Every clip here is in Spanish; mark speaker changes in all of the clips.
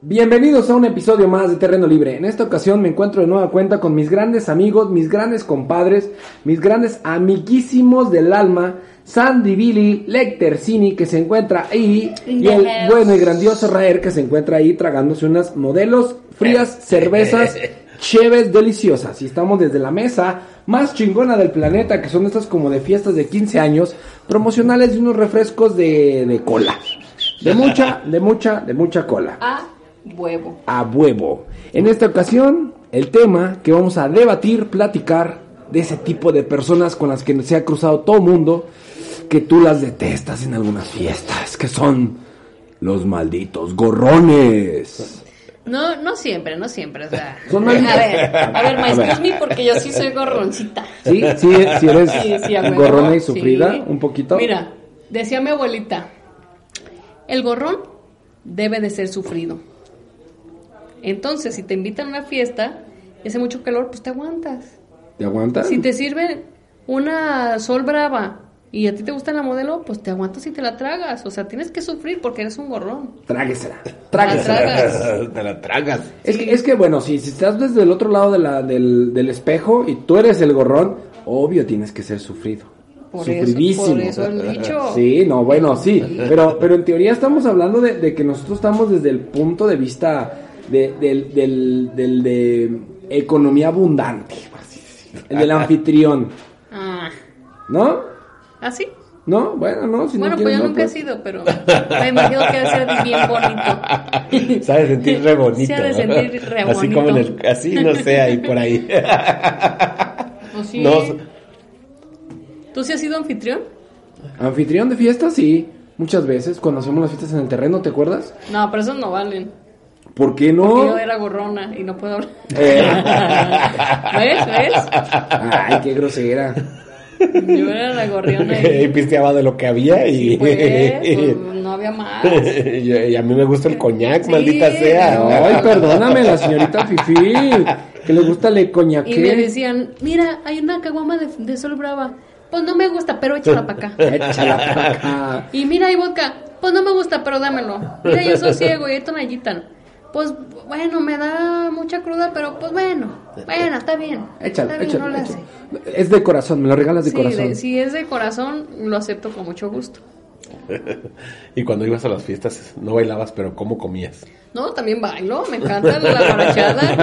Speaker 1: Bienvenidos a un episodio más de Terreno Libre. En esta ocasión me encuentro de nueva cuenta con mis grandes amigos, mis grandes compadres, mis grandes amiguísimos del alma, Sandy Billy, Lectercini que se encuentra ahí y el
Speaker 2: Yes.
Speaker 1: bueno y grandioso Raer que se encuentra ahí tragándose unas modelos frías cervezas chéves deliciosas. Y estamos desde la mesa más chingona del planeta que son estas como de fiestas de 15 años promocionales de unos refrescos de, de cola. De mucha, de mucha, de mucha cola
Speaker 2: A huevo.
Speaker 1: a huevo. En esta ocasión, el tema que vamos a debatir, platicar de ese tipo de personas con las que se ha cruzado todo mundo, que tú las detestas en algunas fiestas, que son los malditos gorrones.
Speaker 2: No, no siempre, no siempre. O sea,
Speaker 1: Son
Speaker 2: a
Speaker 1: malditos.
Speaker 2: ver, a ver,
Speaker 1: A
Speaker 2: my
Speaker 1: ver.
Speaker 2: excuse me, porque yo sí soy gorroncita.
Speaker 1: Sí, sí, si eres
Speaker 2: Sí, sí, a huevo,
Speaker 1: gorrona y
Speaker 2: sí.
Speaker 1: sufrida, un poquito.
Speaker 2: Mira, decía mi abuelita, el gorrón debe de ser sufrido. Entonces, si te invitan a una fiesta y hace mucho calor, pues te aguantas.
Speaker 1: ¿Te aguantas?
Speaker 2: Si te sirven una sol brava y a ti te gusta la modelo, pues te aguantas y te la tragas. O sea, tienes que sufrir porque eres un gorrón.
Speaker 1: Tráguesela,
Speaker 2: La
Speaker 1: tráguesela.
Speaker 2: traga. tragas.
Speaker 3: Te la tragas.
Speaker 1: Es que, es que bueno, si, si estás desde el otro lado de la- del, del espejo y tú eres el gorrón, obvio tienes que ser sufrido.
Speaker 2: Por eso,
Speaker 1: Sufridísimo.
Speaker 2: por eso el dicho.
Speaker 1: Sí, no, bueno, sí. Pero, pero en teoría estamos hablando de, de que nosotros estamos desde el punto de vista de, del, del- del de economía abundante, por así decirlo. el del anfitrión,
Speaker 2: Ah,
Speaker 1: ¿no?
Speaker 2: ¿ah, sí?
Speaker 1: ¿No? Bueno, no. Si
Speaker 2: bueno,
Speaker 1: no
Speaker 2: pues
Speaker 1: quieres,
Speaker 2: yo
Speaker 1: no,
Speaker 2: nunca he
Speaker 1: pues.
Speaker 2: sido, pero me imagino que debe ser bien bonito.
Speaker 3: Se ha de sentir re bonito.
Speaker 2: Se ha de sentir re
Speaker 3: Así como en
Speaker 2: bonito.
Speaker 3: el. Así no sé, ahí por ahí.
Speaker 2: Pues sí.
Speaker 3: No,
Speaker 2: ¿Tú sí has sido anfitrión?
Speaker 1: Anfitrión de fiestas, sí. Muchas veces, cuando hacemos las fiestas en el terreno, ¿te acuerdas?
Speaker 2: No, pero esos no valen.
Speaker 1: ¿Por qué no? Eh.
Speaker 2: Yo era gorrona y no puedo hablar. ¿Ves? ¿Ves?
Speaker 1: Ay, qué grosera.
Speaker 2: Yo era la gorriona
Speaker 3: y
Speaker 2: y
Speaker 3: pisteaba de lo que había y.
Speaker 2: pues, pues, no había más.
Speaker 3: y, y a mí me gusta el coñac,
Speaker 2: Sí.
Speaker 3: maldita sea.
Speaker 1: Ay, perdóname, la señorita Fifi, que le gusta le coñaque.
Speaker 2: Y me decían, mira, hay una caguama de, de sol brava. Pues no me gusta, pero échala para acá.
Speaker 1: Échala para acá.
Speaker 2: Y mira, hay vodka. Pues no me gusta, pero dámelo. Mira, yo soy ciego y hay tonallitan. Pues bueno, me da mucha cruda, pero pues bueno. Bueno, está bien.
Speaker 1: Échala,
Speaker 2: está bien,
Speaker 1: échala,
Speaker 2: no la
Speaker 1: échala. Es de corazón, me lo regalas de
Speaker 2: Sí,
Speaker 1: corazón.
Speaker 2: de- si es de corazón, lo acepto con mucho gusto.
Speaker 3: Y cuando ibas a las fiestas, no bailabas, pero ¿cómo comías?
Speaker 2: No, también bailo, me encanta la guarachada.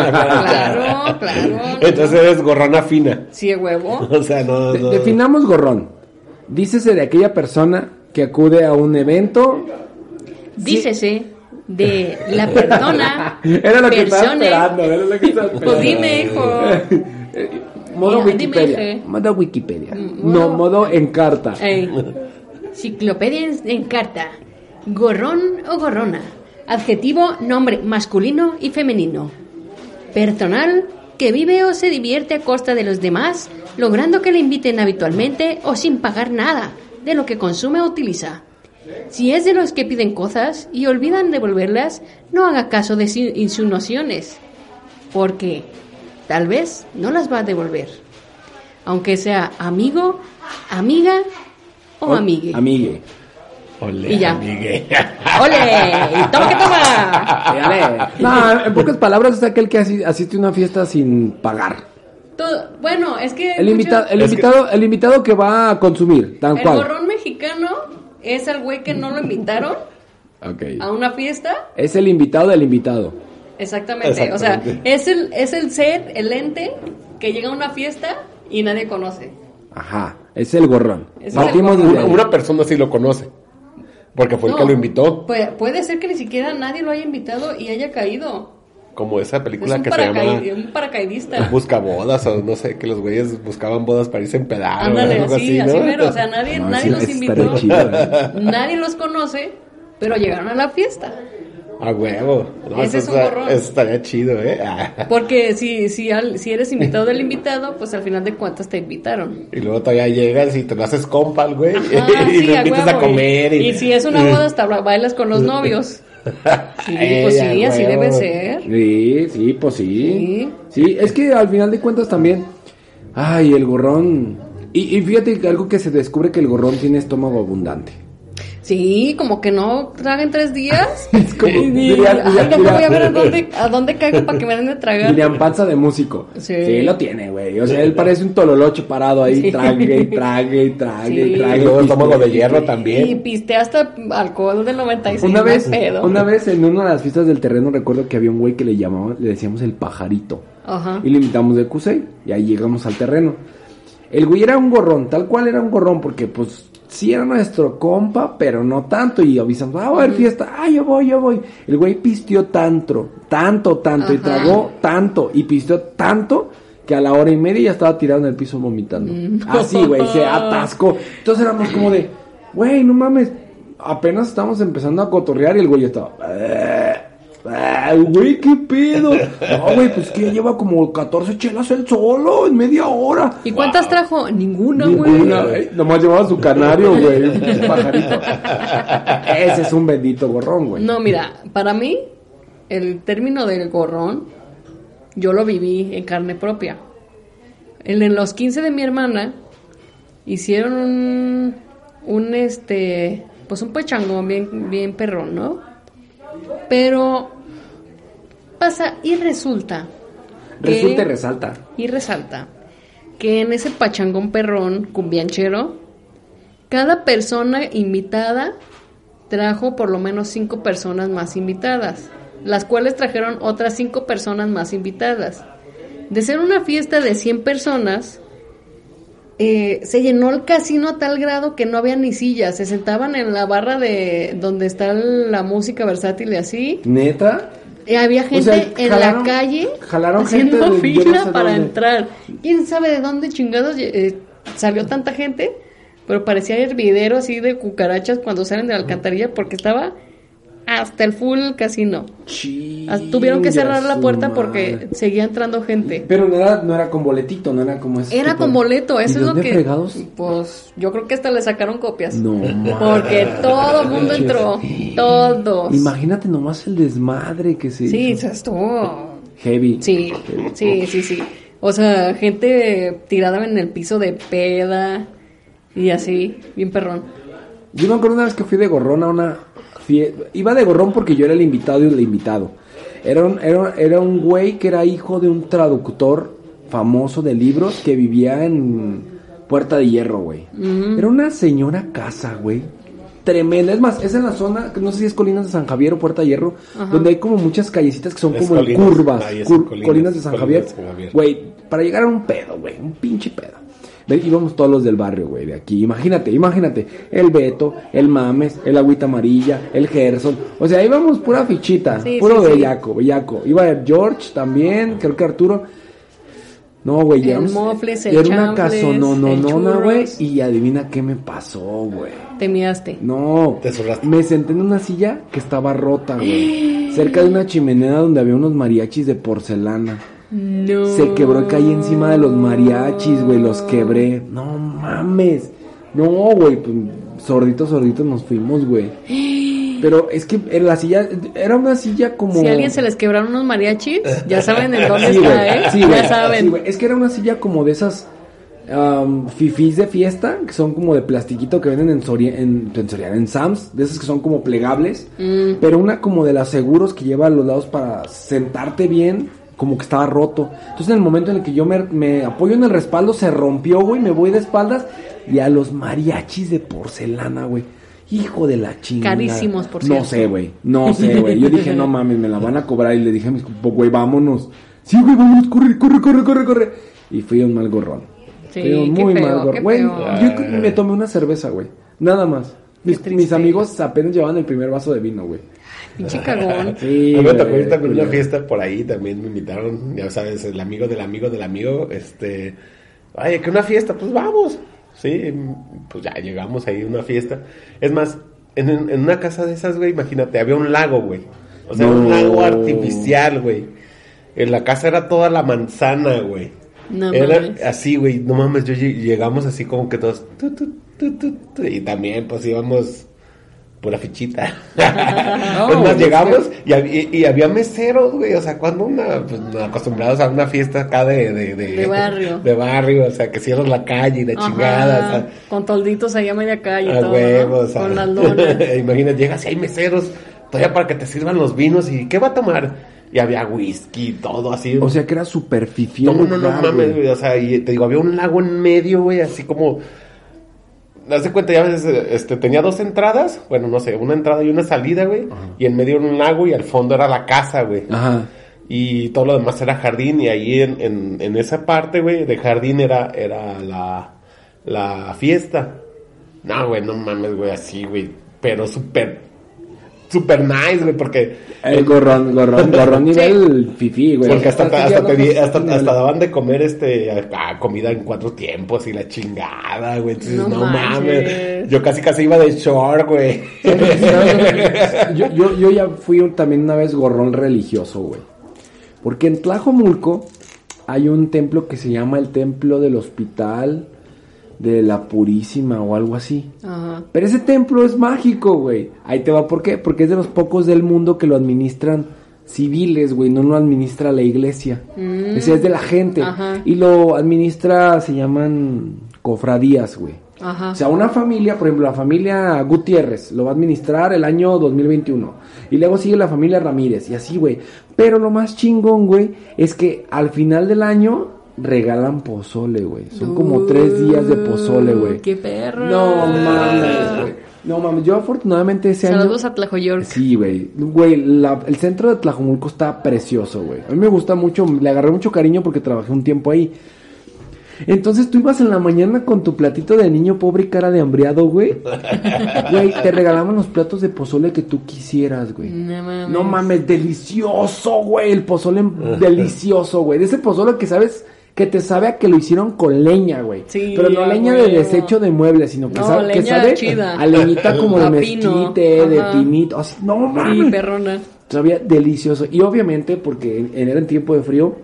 Speaker 2: claro, claro. no.
Speaker 3: Entonces eres gorrona fina.
Speaker 2: Sí, de huevo.
Speaker 3: O sea, no.
Speaker 1: De-
Speaker 3: no.
Speaker 1: definamos gorrón. Dícese de aquella persona que acude a un evento.
Speaker 2: Dícese de la perdona.
Speaker 1: Era lo que estaba
Speaker 2: persone.
Speaker 1: esperando, era lo que estaba
Speaker 2: Pues
Speaker 1: esperando.
Speaker 2: dime, hijo.
Speaker 1: Modo
Speaker 2: Mira, dime,
Speaker 1: Wikipedia.
Speaker 2: Efe.
Speaker 1: modo Wikipedia.
Speaker 2: Mm,
Speaker 1: No,
Speaker 2: modo- Eh,
Speaker 1: modo en carta.
Speaker 2: Ey. Ciclopedia en, en carta. Gorrón o gorrona. Adjetivo, nombre masculino y femenino. Personal que vive o se divierte a costa de los demás, logrando que le inviten habitualmente o sin pagar nada de lo que consume o utiliza. Si es de los que piden cosas y olvidan devolverlas, no haga caso de si- insinuaciones, porque tal vez no las va a devolver. Aunque sea amigo, amiga o amigue.
Speaker 1: Amigue.
Speaker 3: Ole,
Speaker 2: Y ya.
Speaker 3: amigue.
Speaker 2: ¡Ole! ¡Y ¡Toma que toma!
Speaker 1: No, en pocas palabras es aquel que asi- asiste a una fiesta sin pagar.
Speaker 2: Todo- bueno, es que...
Speaker 1: El,
Speaker 2: mucho-
Speaker 1: invita- el
Speaker 3: Es que-
Speaker 1: invitado, el invitado que va a consumir, tan
Speaker 2: El
Speaker 1: cual.
Speaker 2: gorrón mexicano es el güey que no lo invitaron
Speaker 1: Ok.
Speaker 2: a una fiesta.
Speaker 1: Es el invitado del invitado.
Speaker 2: Exactamente. O sea,
Speaker 3: Exactamente.
Speaker 2: es el, es el ser, el ente que llega a una fiesta y nadie conoce.
Speaker 1: Ajá. Es el gorrón.
Speaker 2: Es el
Speaker 1: Partimos
Speaker 2: gorrón.
Speaker 1: de
Speaker 3: Una,
Speaker 1: ahí.
Speaker 3: una persona sí lo conoce. Porque fue
Speaker 2: No,
Speaker 3: el que lo invitó.
Speaker 2: Puede, puede ser que ni siquiera nadie lo haya invitado y haya caído.
Speaker 3: Como esa
Speaker 2: Es
Speaker 3: película
Speaker 2: un,
Speaker 3: que se llama.
Speaker 2: paracaid- un paracaidista.
Speaker 3: Busca bodas o no sé, que los güeyes buscaban bodas para irse a empedar o
Speaker 2: Ándale,
Speaker 3: algo
Speaker 2: así,
Speaker 3: así,
Speaker 2: así
Speaker 3: ¿no?
Speaker 2: mero. O sea, nadie,
Speaker 1: No,
Speaker 2: nadie
Speaker 1: sí,
Speaker 2: los
Speaker 1: estaría
Speaker 2: invitó.
Speaker 1: chido, ¿eh?
Speaker 2: Nadie los conoce, pero llegaron a la fiesta.
Speaker 3: A huevo. No,
Speaker 2: Ese
Speaker 3: eso,
Speaker 2: es un
Speaker 3: está-
Speaker 2: gorrón.
Speaker 3: eso estaría chido, ¿eh? Ah.
Speaker 2: Porque si, si, al- si eres invitado del invitado, pues al final de cuentas te invitaron.
Speaker 3: Y luego todavía llegas y te lo haces compa al güey.
Speaker 2: Ajá,
Speaker 3: y
Speaker 2: sí,
Speaker 3: lo invitas
Speaker 2: huevo,
Speaker 3: a comer.
Speaker 2: Y, si es una boda, hasta ba- bailas con los novios. Sí,
Speaker 3: Ey,
Speaker 2: pues
Speaker 3: a
Speaker 2: sí, así
Speaker 3: huevo.
Speaker 2: debe ser.
Speaker 1: Sí, sí, pues sí. sí. es que al final de cuentas también. Ay, el gorrón. Y, y fíjate que algo que se descubre que el gorrón tiene estómago abundante.
Speaker 2: Sí, como que no tragan tres días.
Speaker 1: Es como-
Speaker 2: Y- y-
Speaker 1: dirían-
Speaker 2: ay,
Speaker 1: dirían-
Speaker 2: no me voy a
Speaker 1: dirían-
Speaker 2: ver a dónde, a dónde caigo para que me den de tragar.
Speaker 1: Dirían panza de músico. Sí.
Speaker 2: Sí.
Speaker 1: lo tiene, güey. O sea, él parece un tololocho parado ahí,
Speaker 2: Sí.
Speaker 1: trague, y trague, y trague, y
Speaker 2: Sí.
Speaker 1: trague.
Speaker 3: Luego
Speaker 1: Y-
Speaker 3: estómago de hierro
Speaker 2: Y
Speaker 3: también.
Speaker 2: piste hasta alcohol del 96.
Speaker 1: Una
Speaker 2: no hay
Speaker 1: vez,
Speaker 2: pedo.
Speaker 1: una vez en una de las fiestas del terreno recuerdo que había un güey que le llamaban, le decíamos el pajarito.
Speaker 2: Ajá.
Speaker 1: Y lo invitamos de Cusey. Y ahí llegamos al terreno. El güey era un gorrón, tal cual era un gorrón, porque pues sí era nuestro compa, pero no tanto. Y avisamos, ah, va a haber fiesta, ah, yo voy, yo voy. El güey pistió tanto, tanto, tanto, y
Speaker 2: Ajá.
Speaker 1: tragó tanto, y pistió tanto. Que a la hora y media ya estaba tirado en el piso vomitando.
Speaker 2: Mm.
Speaker 1: Así, güey, se atascó. Entonces éramos como de, güey, no mames. Apenas estábamos empezando a cotorrear y el güey ya estaba. "Ah". Ay, güey, qué pedo. No, güey, pues que lleva como 14 chelas él solo en media hora.
Speaker 2: ¿Y cuántas trajo? Ninguna,
Speaker 1: Ninguna,
Speaker 2: güey.
Speaker 1: güey. Nomás llevaba su canario, güey. Un pajarito. Ese es un bendito gorrón, güey.
Speaker 2: No, mira, para mí, el término del gorrón, yo lo viví en carne propia. En, en los 15 de mi hermana, hicieron un, un este, pues un pechangón bien, bien perrón, ¿no? Pero pasa y resulta. que-
Speaker 1: Resulta y resalta.
Speaker 2: y resalta que en ese pachangón perrón cumbianchero, cada persona invitada trajo por lo menos cinco personas más invitadas, las cuales trajeron otras cinco personas más invitadas. De ser una fiesta de 100 personas, eh, se llenó el casino a tal grado que no había ni sillas, se sentaban en la barra de donde está la música versátil y así.
Speaker 1: Neta.
Speaker 2: Eh, había gente
Speaker 1: sea,
Speaker 2: en
Speaker 1: jalaron-
Speaker 2: la calle
Speaker 1: jalaron
Speaker 2: haciendo
Speaker 1: gente de- yo
Speaker 2: fila
Speaker 1: no sé
Speaker 2: para
Speaker 1: dónde.
Speaker 2: entrar. ¿Quién sabe de dónde chingados eh, salió tanta gente? Pero parecía hervidero así de cucarachas cuando salen de la alcantarilla porque estaba hasta el full casino. Ah, Tuvieron que cerrar la puerta porque seguía entrando gente.
Speaker 1: Pero no era, no era con boletito, no era como ese.
Speaker 2: Era
Speaker 1: tipo-
Speaker 2: con boleto, eso
Speaker 1: ¿Y
Speaker 2: es lo
Speaker 1: dónde
Speaker 2: que...
Speaker 1: fregados?
Speaker 2: Pues yo creo que hasta le sacaron copias.
Speaker 1: No, mames.
Speaker 2: Porque todo el mundo entró. Todos.
Speaker 1: Imagínate nomás el desmadre que se.
Speaker 2: Sí,
Speaker 1: hizo.
Speaker 2: eso estuvo
Speaker 1: Heavy.
Speaker 2: Sí, sí, sí, sí. O sea, gente tirada en el piso de peda y así, bien perrón.
Speaker 1: Yo me acuerdo una vez que fui de gorrón a una fiesta. Iba de gorrón porque yo era el invitado y el invitado. Era un, era, era un güey que era hijo de un traductor famoso de libros que vivía en Puerta de Hierro, güey. Era una señora casa, güey. Tremenda. Es más, es en la zona, que no sé si es Colinas de San Javier o Puerta de Hierro, donde hay como muchas callecitas que son
Speaker 3: Es
Speaker 1: como en
Speaker 3: Colinas.
Speaker 1: curvas.
Speaker 3: Ahí es
Speaker 1: cur-
Speaker 3: en
Speaker 1: colinas,
Speaker 3: Colinas,
Speaker 1: de San
Speaker 3: Colinas de
Speaker 1: Javier.
Speaker 3: San Javier.
Speaker 1: Güey, para llegar a un pedo, güey. Un pinche pedo. Ve, Íbamos todos los del barrio, güey, de aquí. Imagínate, imagínate. El Beto, el Mames, el Agüita Amarilla, el Gerson. O sea, íbamos pura fichita.
Speaker 2: Sí,
Speaker 1: puro
Speaker 2: sí, sí.
Speaker 1: bellaco, bellaco. Iba el George también, creo que Arturo. No, güey,
Speaker 2: El
Speaker 1: llegamos-
Speaker 2: Mofles, el
Speaker 1: Era una
Speaker 2: Champles,
Speaker 1: casa, no, no,
Speaker 2: el
Speaker 1: no, no, güey.
Speaker 2: Churros.
Speaker 1: Y adivina qué me pasó, güey.
Speaker 2: Te miraste.
Speaker 1: No,
Speaker 3: Te zurraste.
Speaker 1: me senté en una silla que estaba rota, güey. cerca de una chimenea donde había unos mariachis de porcelana.
Speaker 2: No.
Speaker 1: Se quebró y caí encima de los mariachis, güey. Los quebré. No mames. No, güey. pues, Sorditos, sorditos nos fuimos, güey. Pero es que en la silla, era una silla como.
Speaker 2: Si a alguien se les quebraron unos mariachis, ya saben en dónde
Speaker 1: Sí,
Speaker 2: está,
Speaker 1: güey,
Speaker 2: ¿eh?
Speaker 1: sí, güey,
Speaker 2: ya saben.
Speaker 1: sí, güey. es que era una silla como de esas am, fifís de fiesta, que son como de plastiquito que venden en Soria- en, en Soriana, en Sam's, de esas que son como plegables,
Speaker 2: Mm.
Speaker 1: pero una como de las seguros que lleva a los lados para sentarte bien, como que estaba roto. Entonces en el momento en el que yo me, me apoyo en el respaldo, se rompió, güey, me voy de espaldas y a los mariachis de porcelana, güey. Hijo de la chingada.
Speaker 2: Carísimos, por
Speaker 1: No
Speaker 2: cierto.
Speaker 1: sé, güey. No sé, güey. Yo dije, no mames, me la van a cobrar. Y le dije a mis compas, güey, vámonos. Sí, güey, vámonos, corre, corre, corre, corre, corre. Y fui un mal gorrón.
Speaker 2: Sí,
Speaker 1: Fui un
Speaker 2: qué
Speaker 1: muy
Speaker 2: feo,
Speaker 1: mal
Speaker 2: qué
Speaker 1: gorrón. Güey,
Speaker 2: feo.
Speaker 1: yo me tomé una cerveza, güey. Nada más. Mis,
Speaker 2: triste.
Speaker 1: mis amigos apenas llevaban el primer vaso de vino, güey.
Speaker 2: Pinche cagón.
Speaker 1: Sí,
Speaker 3: a mí me tocó
Speaker 1: güey,
Speaker 3: ahorita con una
Speaker 1: culero.
Speaker 3: fiesta por ahí, también me invitaron, ya sabes, el amigo del amigo del amigo, este, ay, que una fiesta, pues vamos, sí, pues ya llegamos ahí a una fiesta. Es más, en, en una casa de esas, güey, imagínate, había un lago, güey, o sea, un
Speaker 1: No.
Speaker 3: lago artificial, güey. En la casa era toda la manzana, güey.
Speaker 2: No
Speaker 3: era
Speaker 2: mames.
Speaker 3: así, güey, no mames, yo lleg- llegamos así como que todos, tu, tu, tu, tu, tu, y también pues íbamos pura fichita. es más,
Speaker 1: pues,
Speaker 3: llegamos y, hab- y- y había meseros, güey. O sea, cuando una, pues, no, acostumbrados a una fiesta acá de, de,
Speaker 2: De barrio.
Speaker 3: De barrio, o sea, que cierras la calle y la
Speaker 2: Ajá,
Speaker 3: chingada, o sea.
Speaker 2: Con tolditos ahí a media calle. y
Speaker 3: A
Speaker 2: todo,
Speaker 3: huevo,
Speaker 2: ¿no?
Speaker 3: o sea.
Speaker 2: Con las lonas.
Speaker 3: Imagínate, llegas y hay meseros todavía para que te sirvan los vinos y ¿qué va a tomar? Y había whisky, todo así.
Speaker 1: O sea que era super fifi.
Speaker 3: no, no, no mames, güey, O sea, y te digo, había un lago en medio, güey, así como. Haz de cuenta, ya ves, este, tenía dos entradas, bueno, no sé, una entrada y una salida, güey, y en medio era un lago y al fondo era la casa, güey.
Speaker 1: Ajá.
Speaker 3: Y todo lo demás era jardín. Y ahí en, en, en esa parte, güey, de jardín era, era la, la fiesta. No, güey, no mames, güey, así, güey. Pero súper, súper nice, güey, porque...
Speaker 1: El gorrón, gorrón, gorrón nivel fifi, güey.
Speaker 3: Porque hasta,
Speaker 1: Hasta
Speaker 3: hasta,
Speaker 1: ya
Speaker 3: te di-
Speaker 1: bajas
Speaker 3: hasta-
Speaker 1: nivel.
Speaker 3: hasta daban de comer este ah, comida en cuatro tiempos y la chingada, güey. Entonces, no,
Speaker 2: No
Speaker 3: mames.
Speaker 2: manches.
Speaker 3: Yo casi casi iba de short, güey.
Speaker 1: yo, yo, yo ya fui un- también una vez gorrón religioso, güey. Porque en Tlajomulco hay un templo que se llama el Templo del Hospital de la Purísima o algo así.
Speaker 2: Ajá.
Speaker 1: Pero ese templo es mágico, güey. Ahí te va, ¿por qué? Porque es de los pocos del mundo que lo administran civiles, güey. No lo administra la iglesia. Ese es de la gente.
Speaker 2: Ajá.
Speaker 1: Y lo administra, se llaman cofradías, güey.
Speaker 2: Ajá.
Speaker 1: O sea, una familia, por ejemplo, la familia Gutiérrez lo va a administrar el año 2021. Y luego sigue la familia Ramírez y así, güey. Pero lo más chingón, güey, es que al final del año regalan pozole, güey. Son como tres días de pozole, güey.
Speaker 2: Qué perro.
Speaker 1: No mames, güey. No mames, yo afortunadamente ese año.
Speaker 2: Saludos a Tlajoyork.
Speaker 1: Sí, güey. Güey, la- el centro de Tlajomulco está precioso, güey. A mí me gusta mucho, le agarré mucho cariño porque trabajé un tiempo ahí. Entonces tú ibas en la mañana con tu platito de niño pobre y cara de hambriado, güey. Güey, te regalaban los platos de pozole que tú quisieras, güey.
Speaker 2: No mames.
Speaker 1: No mames, delicioso, güey. El pozole delicioso, güey. De ese pozole que sabes que te sabe a que lo hicieron con leña, güey.
Speaker 2: Sí,
Speaker 1: Pero no
Speaker 2: a
Speaker 1: leña de
Speaker 2: huevo.
Speaker 1: desecho de muebles, sino que
Speaker 2: No,
Speaker 1: sabe, que
Speaker 2: leña
Speaker 1: sabe
Speaker 2: chida.
Speaker 1: a leñita como de
Speaker 2: A pino,
Speaker 1: mezquite, de
Speaker 2: ajá.
Speaker 1: pinito. Así, no mames.
Speaker 2: Sí, perrona.
Speaker 1: Sabía delicioso. Y obviamente, porque en- era en tiempo de frío,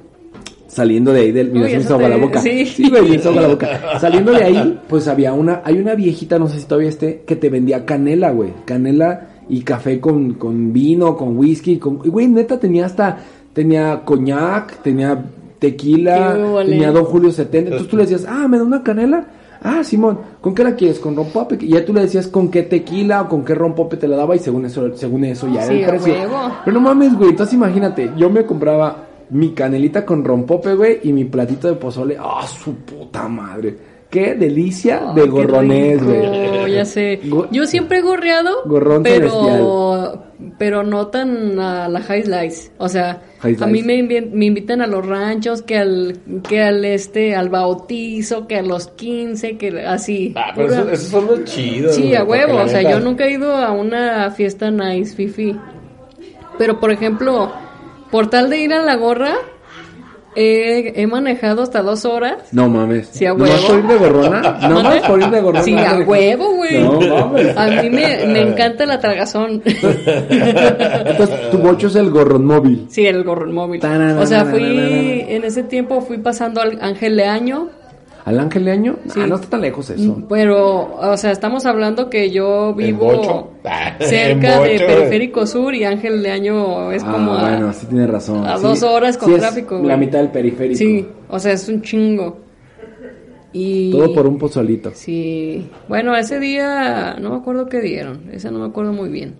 Speaker 1: saliendo de ahí del. Mira,
Speaker 2: Uy,
Speaker 1: se me
Speaker 2: eso
Speaker 1: hizo agua
Speaker 2: te-
Speaker 1: la boca.
Speaker 2: sí.
Speaker 1: güey, me hizo agua la boca. Saliendo de ahí, pues había una. Hay una viejita, no sé si todavía esté, que te vendía canela, güey. Canela y café con, con vino, con whisky. Con, y, güey, neta, tenía hasta. Tenía coñac, tenía tequila,
Speaker 2: Qué huele.
Speaker 1: tenía Don Julio 70. Entonces tú le decías, ah, me da una canela. Ah, Simón, ¿con qué la quieres? ¿Con rompope? Y ya tú le decías con qué tequila o con qué rompope te la daba y según eso, según eso ya
Speaker 2: Sí,
Speaker 1: era el
Speaker 2: a
Speaker 1: precio.
Speaker 2: huevo.
Speaker 1: Pero no mames, güey. Entonces imagínate, yo me compraba mi canelita con rompope, güey, y mi platito de pozole. ¡Ah, su puta madre! ¡Qué delicia
Speaker 2: Ay,
Speaker 1: de
Speaker 2: Ah, qué
Speaker 1: gorronés,
Speaker 2: rico,
Speaker 1: güey!
Speaker 2: Ya sé.
Speaker 1: Go-
Speaker 2: Yo siempre he gorreado,
Speaker 1: Gorrón celestial.
Speaker 2: pero pero no tan a la high slice. O sea,
Speaker 1: High
Speaker 2: a mí
Speaker 1: slice.
Speaker 2: me, invi- me invitan a los ranchos, que al que al este al bautizo, que a los 15, que así.
Speaker 3: Ah, pero
Speaker 2: Pura-
Speaker 3: eso- esos son los chidos.
Speaker 2: Sí,
Speaker 3: güey,
Speaker 2: a
Speaker 3: porque
Speaker 2: huevo.
Speaker 3: la
Speaker 2: O sea,
Speaker 3: neta-
Speaker 2: yo nunca he ido a una fiesta nice, fifi. Pero, por ejemplo, por tal de ir a la gorra, he- he manejado hasta dos horas.
Speaker 1: No mames.
Speaker 2: Sí, a
Speaker 1: ¿Nomás
Speaker 2: huevo.
Speaker 1: por ir de gorrona? ¿Nomás por ir de gorrona?
Speaker 2: Sí, a huevo, güey.
Speaker 1: No mames.
Speaker 2: A mí me, me encanta la tragazón.
Speaker 1: Entonces, tu bocho es el gorrón móvil.
Speaker 2: sí, el gorrón móvil.
Speaker 1: Tararara,
Speaker 2: O sea, fui
Speaker 1: tararara.
Speaker 2: en ese tiempo fui pasando al Ángel Leaño,
Speaker 1: ¿Al Ángel de Año?
Speaker 2: Sí.
Speaker 1: Ah, no está tan lejos eso.
Speaker 2: pero o sea, estamos hablando que yo
Speaker 3: Bocho?
Speaker 2: vivo
Speaker 3: Ah, en
Speaker 2: cerca
Speaker 3: Bocho,
Speaker 2: de
Speaker 3: güey.
Speaker 2: Periférico Sur y Ángel Leaño es
Speaker 1: ah,
Speaker 2: como a-
Speaker 1: bueno, sí tienes razón.
Speaker 2: a
Speaker 1: Sí,
Speaker 2: dos horas con
Speaker 1: sí es
Speaker 2: tráfico,
Speaker 1: La
Speaker 2: güey.
Speaker 1: mitad del periférico.
Speaker 2: Sí, o sea, es un chingo. Y
Speaker 1: Todo por un pozolito.
Speaker 2: Sí, bueno, ese día no me acuerdo qué dieron, ese no me acuerdo muy bien.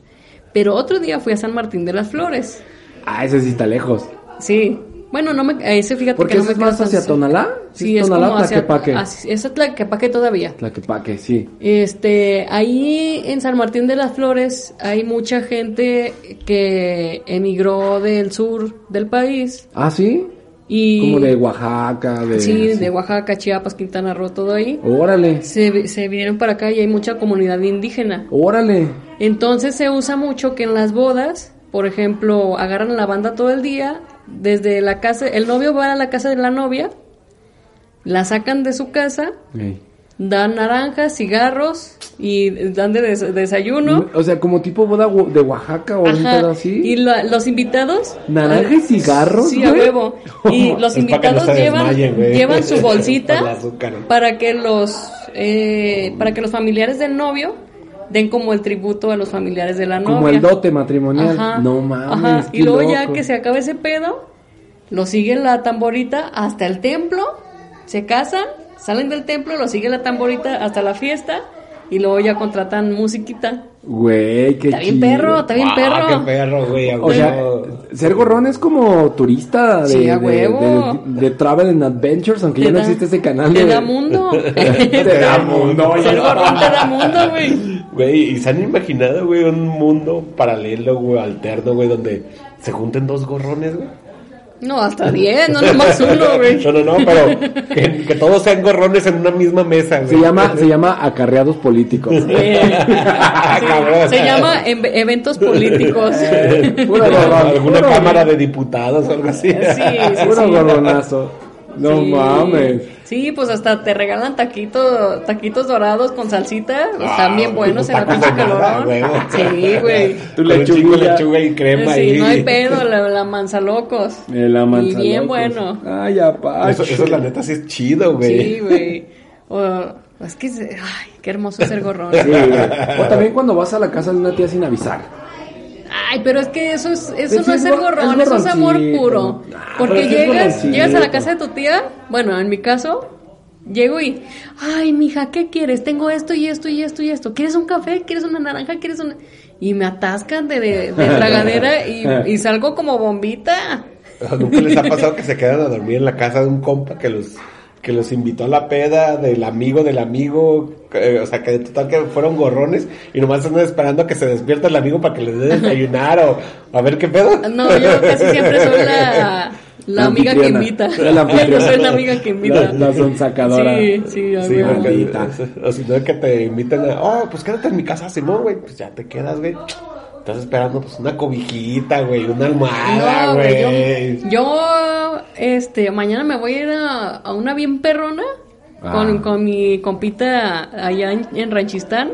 Speaker 2: Pero otro día fui a San Martín de las Flores.
Speaker 1: Ah, ese sí está lejos.
Speaker 2: Sí, bueno, no me, ese fíjate
Speaker 1: Porque
Speaker 2: que no
Speaker 1: ese
Speaker 2: me
Speaker 1: es más
Speaker 2: queda tan
Speaker 1: hacia
Speaker 2: cerca.
Speaker 1: Tonalá.
Speaker 2: Sí, es
Speaker 1: Tonalá,
Speaker 2: como hacia
Speaker 1: Tlaquepaque.
Speaker 2: así- Esa es Tlaquepaque todavía.
Speaker 1: Tlaquepaque, sí.
Speaker 2: Este, ahí en San Martín de las Flores hay mucha gente que emigró del sur del país
Speaker 1: ¿Ah, sí?
Speaker 2: y
Speaker 1: Como de Oaxaca, de...
Speaker 2: sí, de Oaxaca, Chiapas, Quintana Roo, todo ahí.
Speaker 1: Órale,
Speaker 2: Se, se vinieron para acá y hay mucha comunidad indígena.
Speaker 1: órale.
Speaker 2: Entonces se usa mucho que en las bodas, por ejemplo, agarran a la banda todo el día, desde la casa, el novio va a la casa de la novia, la sacan de su casa,
Speaker 1: Ey.
Speaker 2: dan naranjas, cigarros y dan de des- desayuno.
Speaker 1: O sea, como tipo boda gu- de Oaxaca o un
Speaker 2: Ajá.
Speaker 1: pedo así.
Speaker 2: Y la- los invitados. pues,
Speaker 1: ¿Naranja y cigarros,
Speaker 2: Sí, a
Speaker 1: güey?
Speaker 2: huevo. Y los
Speaker 3: Es para que no
Speaker 2: invitados
Speaker 3: se
Speaker 2: llevan,
Speaker 3: desmayen, güey.
Speaker 2: llevan su
Speaker 3: Por el
Speaker 2: bolsita
Speaker 3: azúcar.
Speaker 2: para que los eh, para que los familiares del novio den como el tributo a los familiares de la novia.
Speaker 1: Como el dote matrimonial. No mames.
Speaker 2: ajá.
Speaker 1: qué
Speaker 2: Y luego ya
Speaker 1: loco.
Speaker 2: que se acabe ese pedo, lo sigue la tamborita hasta el templo, se casan, salen del templo, lo sigue la tamborita hasta la fiesta y luego ya contratan musiquita.
Speaker 1: Güey, qué
Speaker 2: Está bien
Speaker 1: chido.
Speaker 2: perro, está bien
Speaker 3: Ah,
Speaker 2: perro.
Speaker 3: qué perro, güey. a
Speaker 1: O sea,
Speaker 3: huevo.
Speaker 1: ser gorrón es como turista de,
Speaker 2: Sí, a
Speaker 1: de-
Speaker 2: huevo.
Speaker 1: de- de Travel and Adventures, aunque ya no
Speaker 2: Te da-
Speaker 1: existe ese canal.
Speaker 2: Te
Speaker 1: de-
Speaker 2: da mundo.
Speaker 1: Te da mundo.
Speaker 2: Ser gorrón te da mundo, güey.
Speaker 3: Güey, y se han imaginado, güey, un mundo paralelo, güey, alterno, güey, donde se junten dos gorrones, güey.
Speaker 2: No, hasta 10, no nomás uno, güey.
Speaker 3: No, no, no, pero que, que todos sean gorrones en una misma mesa, güey.
Speaker 1: Se llama, se llama acarreados políticos.
Speaker 3: Ah, Cabrón.
Speaker 2: Eh, Se llama em- eventos políticos.
Speaker 1: Puro gorrón,
Speaker 3: Alguna
Speaker 1: puro
Speaker 3: cámara
Speaker 1: gorrón.
Speaker 3: de diputados o algo así.
Speaker 2: Sí.
Speaker 1: Puro gorronazo. No
Speaker 2: Sí.
Speaker 1: mames.
Speaker 2: Sí, pues hasta te regalan taquitos, taquitos dorados con salsita. Están bien buenos en la
Speaker 3: Ah, pues, Tacos
Speaker 2: pinche
Speaker 3: de
Speaker 2: calorón.
Speaker 3: nada,
Speaker 2: Sí, güey.
Speaker 3: Tú le
Speaker 1: Con
Speaker 3: lechuga,
Speaker 1: lechuguilla.
Speaker 3: lechuga y crema
Speaker 2: Sí,
Speaker 3: ahí.
Speaker 2: no hay pedo, la, la manzalocos.
Speaker 1: El
Speaker 2: Y
Speaker 1: amanzalocos.
Speaker 2: bien bueno.
Speaker 1: Ay, apá.
Speaker 3: Eso, eso la neta sí es chido, güey.
Speaker 2: Sí, güey. O- es que, se- ay, qué hermoso ser gorrón.
Speaker 1: Sí, güey. O también cuando vas a la casa de una tía sin avisar.
Speaker 2: Ay, pero es que eso es,
Speaker 1: Pues
Speaker 2: eso no
Speaker 1: sí,
Speaker 2: es ser
Speaker 1: es gor-
Speaker 2: gorrón,
Speaker 1: es
Speaker 2: eso es amor
Speaker 1: gorroncito.
Speaker 2: puro.
Speaker 1: Ah,
Speaker 2: Porque
Speaker 1: pero sí es pues.
Speaker 2: llegas,
Speaker 1: gorroncito.
Speaker 2: llegas a la casa de tu tía, bueno, en mi caso, llego y, ay, mija, ¿qué quieres? Tengo esto y esto y esto y esto. ¿Quieres un café? ¿Quieres una naranja? ¿Quieres una...? Y me atascan de, de, de tragadera y, y salgo como bombita.
Speaker 3: ¿Nunca les ha pasado que se quedan a dormir en la casa de un compa que los que los invitó a la peda del amigo del amigo? eh, o sea, que en total que fueron gorrones y nomás andan esperando a que se despierta el amigo para que les dé desayunar o a ver qué pedo.
Speaker 2: Ah, No, yo casi siempre soy la, la amiga que invita.
Speaker 1: La anfitriona.
Speaker 2: yo soy la amiga que invita.
Speaker 1: La, la sonsacadora.
Speaker 2: Sí, sí, a
Speaker 3: Sí,
Speaker 2: huevo.
Speaker 3: porque-
Speaker 1: maldita.
Speaker 3: o si no, que te invitan a, oh, pues quédate en mi casa, Simón, güey, pues ya te quedas, güey. Estás esperando, pues, una cobijita, güey, una almohada,
Speaker 1: Ah,
Speaker 2: No,
Speaker 3: güey.
Speaker 2: güey, yo, yo, este, mañana me voy a ir a, a una bien perrona
Speaker 1: Ah.
Speaker 2: con, con mi compita allá en, en Ranchistán,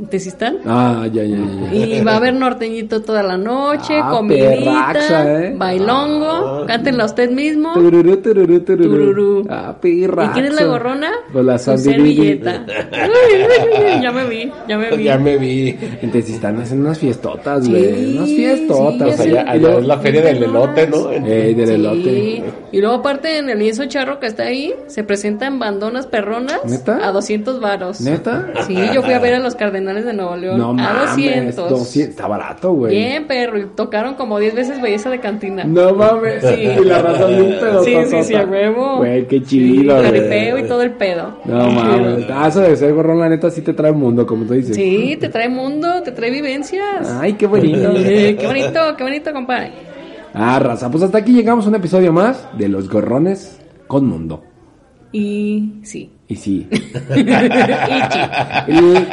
Speaker 2: en Tezistán.
Speaker 1: Ah, ya, ya, ya. ya.
Speaker 2: Y va a haber norteñito toda la noche,
Speaker 1: Ah,
Speaker 2: comidita,
Speaker 1: perraxa, ¿eh?
Speaker 2: bailongo,
Speaker 3: Ah.
Speaker 2: cántenla usted mismo.
Speaker 1: Tururú, tururú, tururú.
Speaker 2: Tururú.
Speaker 1: Ah, pirra.
Speaker 2: ¿Y quién es la gorrona?
Speaker 1: Pues la
Speaker 2: Su
Speaker 1: Sandy
Speaker 2: servilleta. Ay, ay, ay, ya me vi, ya me vi.
Speaker 3: Ya me vi.
Speaker 1: Entonces sí están haciendo unas fiestotas,
Speaker 2: Sí,
Speaker 1: güey. unas
Speaker 2: sí,
Speaker 1: fiestotas.
Speaker 2: ya
Speaker 1: O sea,
Speaker 2: sé.
Speaker 1: ya-
Speaker 3: Allá, allá es la feria del elote, ¿no?
Speaker 1: Ey, del
Speaker 2: Sí.
Speaker 1: elote.
Speaker 2: Y luego aparte en el lienzo charro que está ahí, se presentan bandonas perronas
Speaker 1: ¿Neta?
Speaker 2: a 200 varos.
Speaker 1: ¿Neta?
Speaker 2: Sí, yo fui a ver a los Cardenales de Nuevo León
Speaker 1: No
Speaker 2: a
Speaker 1: mames.
Speaker 2: 200.
Speaker 1: 200. Está barato, güey.
Speaker 2: Bien, perro, y tocaron como 10 veces belleza de cantina.
Speaker 1: No mames.
Speaker 2: Sí.
Speaker 1: Y la razón de un pedo.
Speaker 2: sí, sí, sí, a huevo.
Speaker 1: Güey, qué
Speaker 2: Sí,
Speaker 1: chido, güey.
Speaker 2: jaripeo y todo el pedo.
Speaker 1: No mames. Ah, eso de ser gorrón, la neta, sí te trae mundo, como tú dices.
Speaker 2: Sí, te trae mundo, te trae vivencias.
Speaker 1: Ay, qué bonito.
Speaker 2: Eh, qué bonito, qué bonito, compadre.
Speaker 1: ah, raza. Pues hasta aquí llegamos a un episodio más de Los Gorrones con Mundo.
Speaker 2: Y sí.
Speaker 1: Y sí.
Speaker 2: y sí.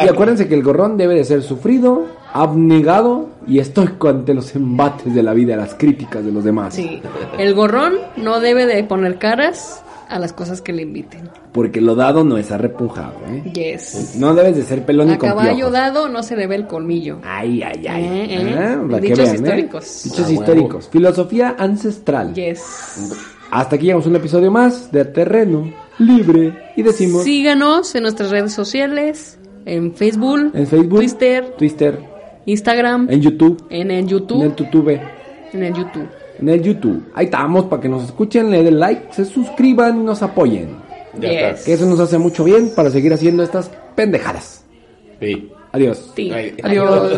Speaker 1: Y, y acuérdense que el gorrón debe de ser sufrido, abnegado y estoico ante los embates de la vida, las críticas de los demás.
Speaker 2: Sí, el gorrón no debe de poner caras a las cosas que le inviten.
Speaker 1: Porque lo dado no es arrepujado, ¿eh?
Speaker 2: Yes.
Speaker 1: No debes de ser pelón y
Speaker 2: A
Speaker 1: con
Speaker 2: caballo
Speaker 1: piojos.
Speaker 2: dado no se le ve el colmillo.
Speaker 1: Ay, ay, ay.
Speaker 2: Eh, eh.
Speaker 1: Ah, para que
Speaker 2: Dichos
Speaker 1: vean, ¿eh?
Speaker 2: históricos.
Speaker 1: Dichos
Speaker 3: Ah, huevo.
Speaker 1: históricos. Filosofía ancestral.
Speaker 2: Yes.
Speaker 1: Hasta aquí llegamos a un episodio más de Terreno Libre. Y decimos
Speaker 2: Síganos en nuestras redes sociales, en Facebook,
Speaker 1: en Facebook,
Speaker 2: Twitter,
Speaker 1: Twister,
Speaker 2: Instagram,
Speaker 1: en YouTube,
Speaker 2: en el
Speaker 1: en el
Speaker 2: YouTube,
Speaker 1: Tutube.
Speaker 2: en el YouTube.
Speaker 1: En el YouTube. Ahí estamos para que nos escuchen, le den like, se suscriban y nos apoyen.
Speaker 3: Ya está.
Speaker 1: Que eso nos hace mucho bien para seguir haciendo estas pendejadas.
Speaker 3: Sí.
Speaker 1: Adiós.
Speaker 2: Sí.
Speaker 3: Ay.
Speaker 2: Adiós.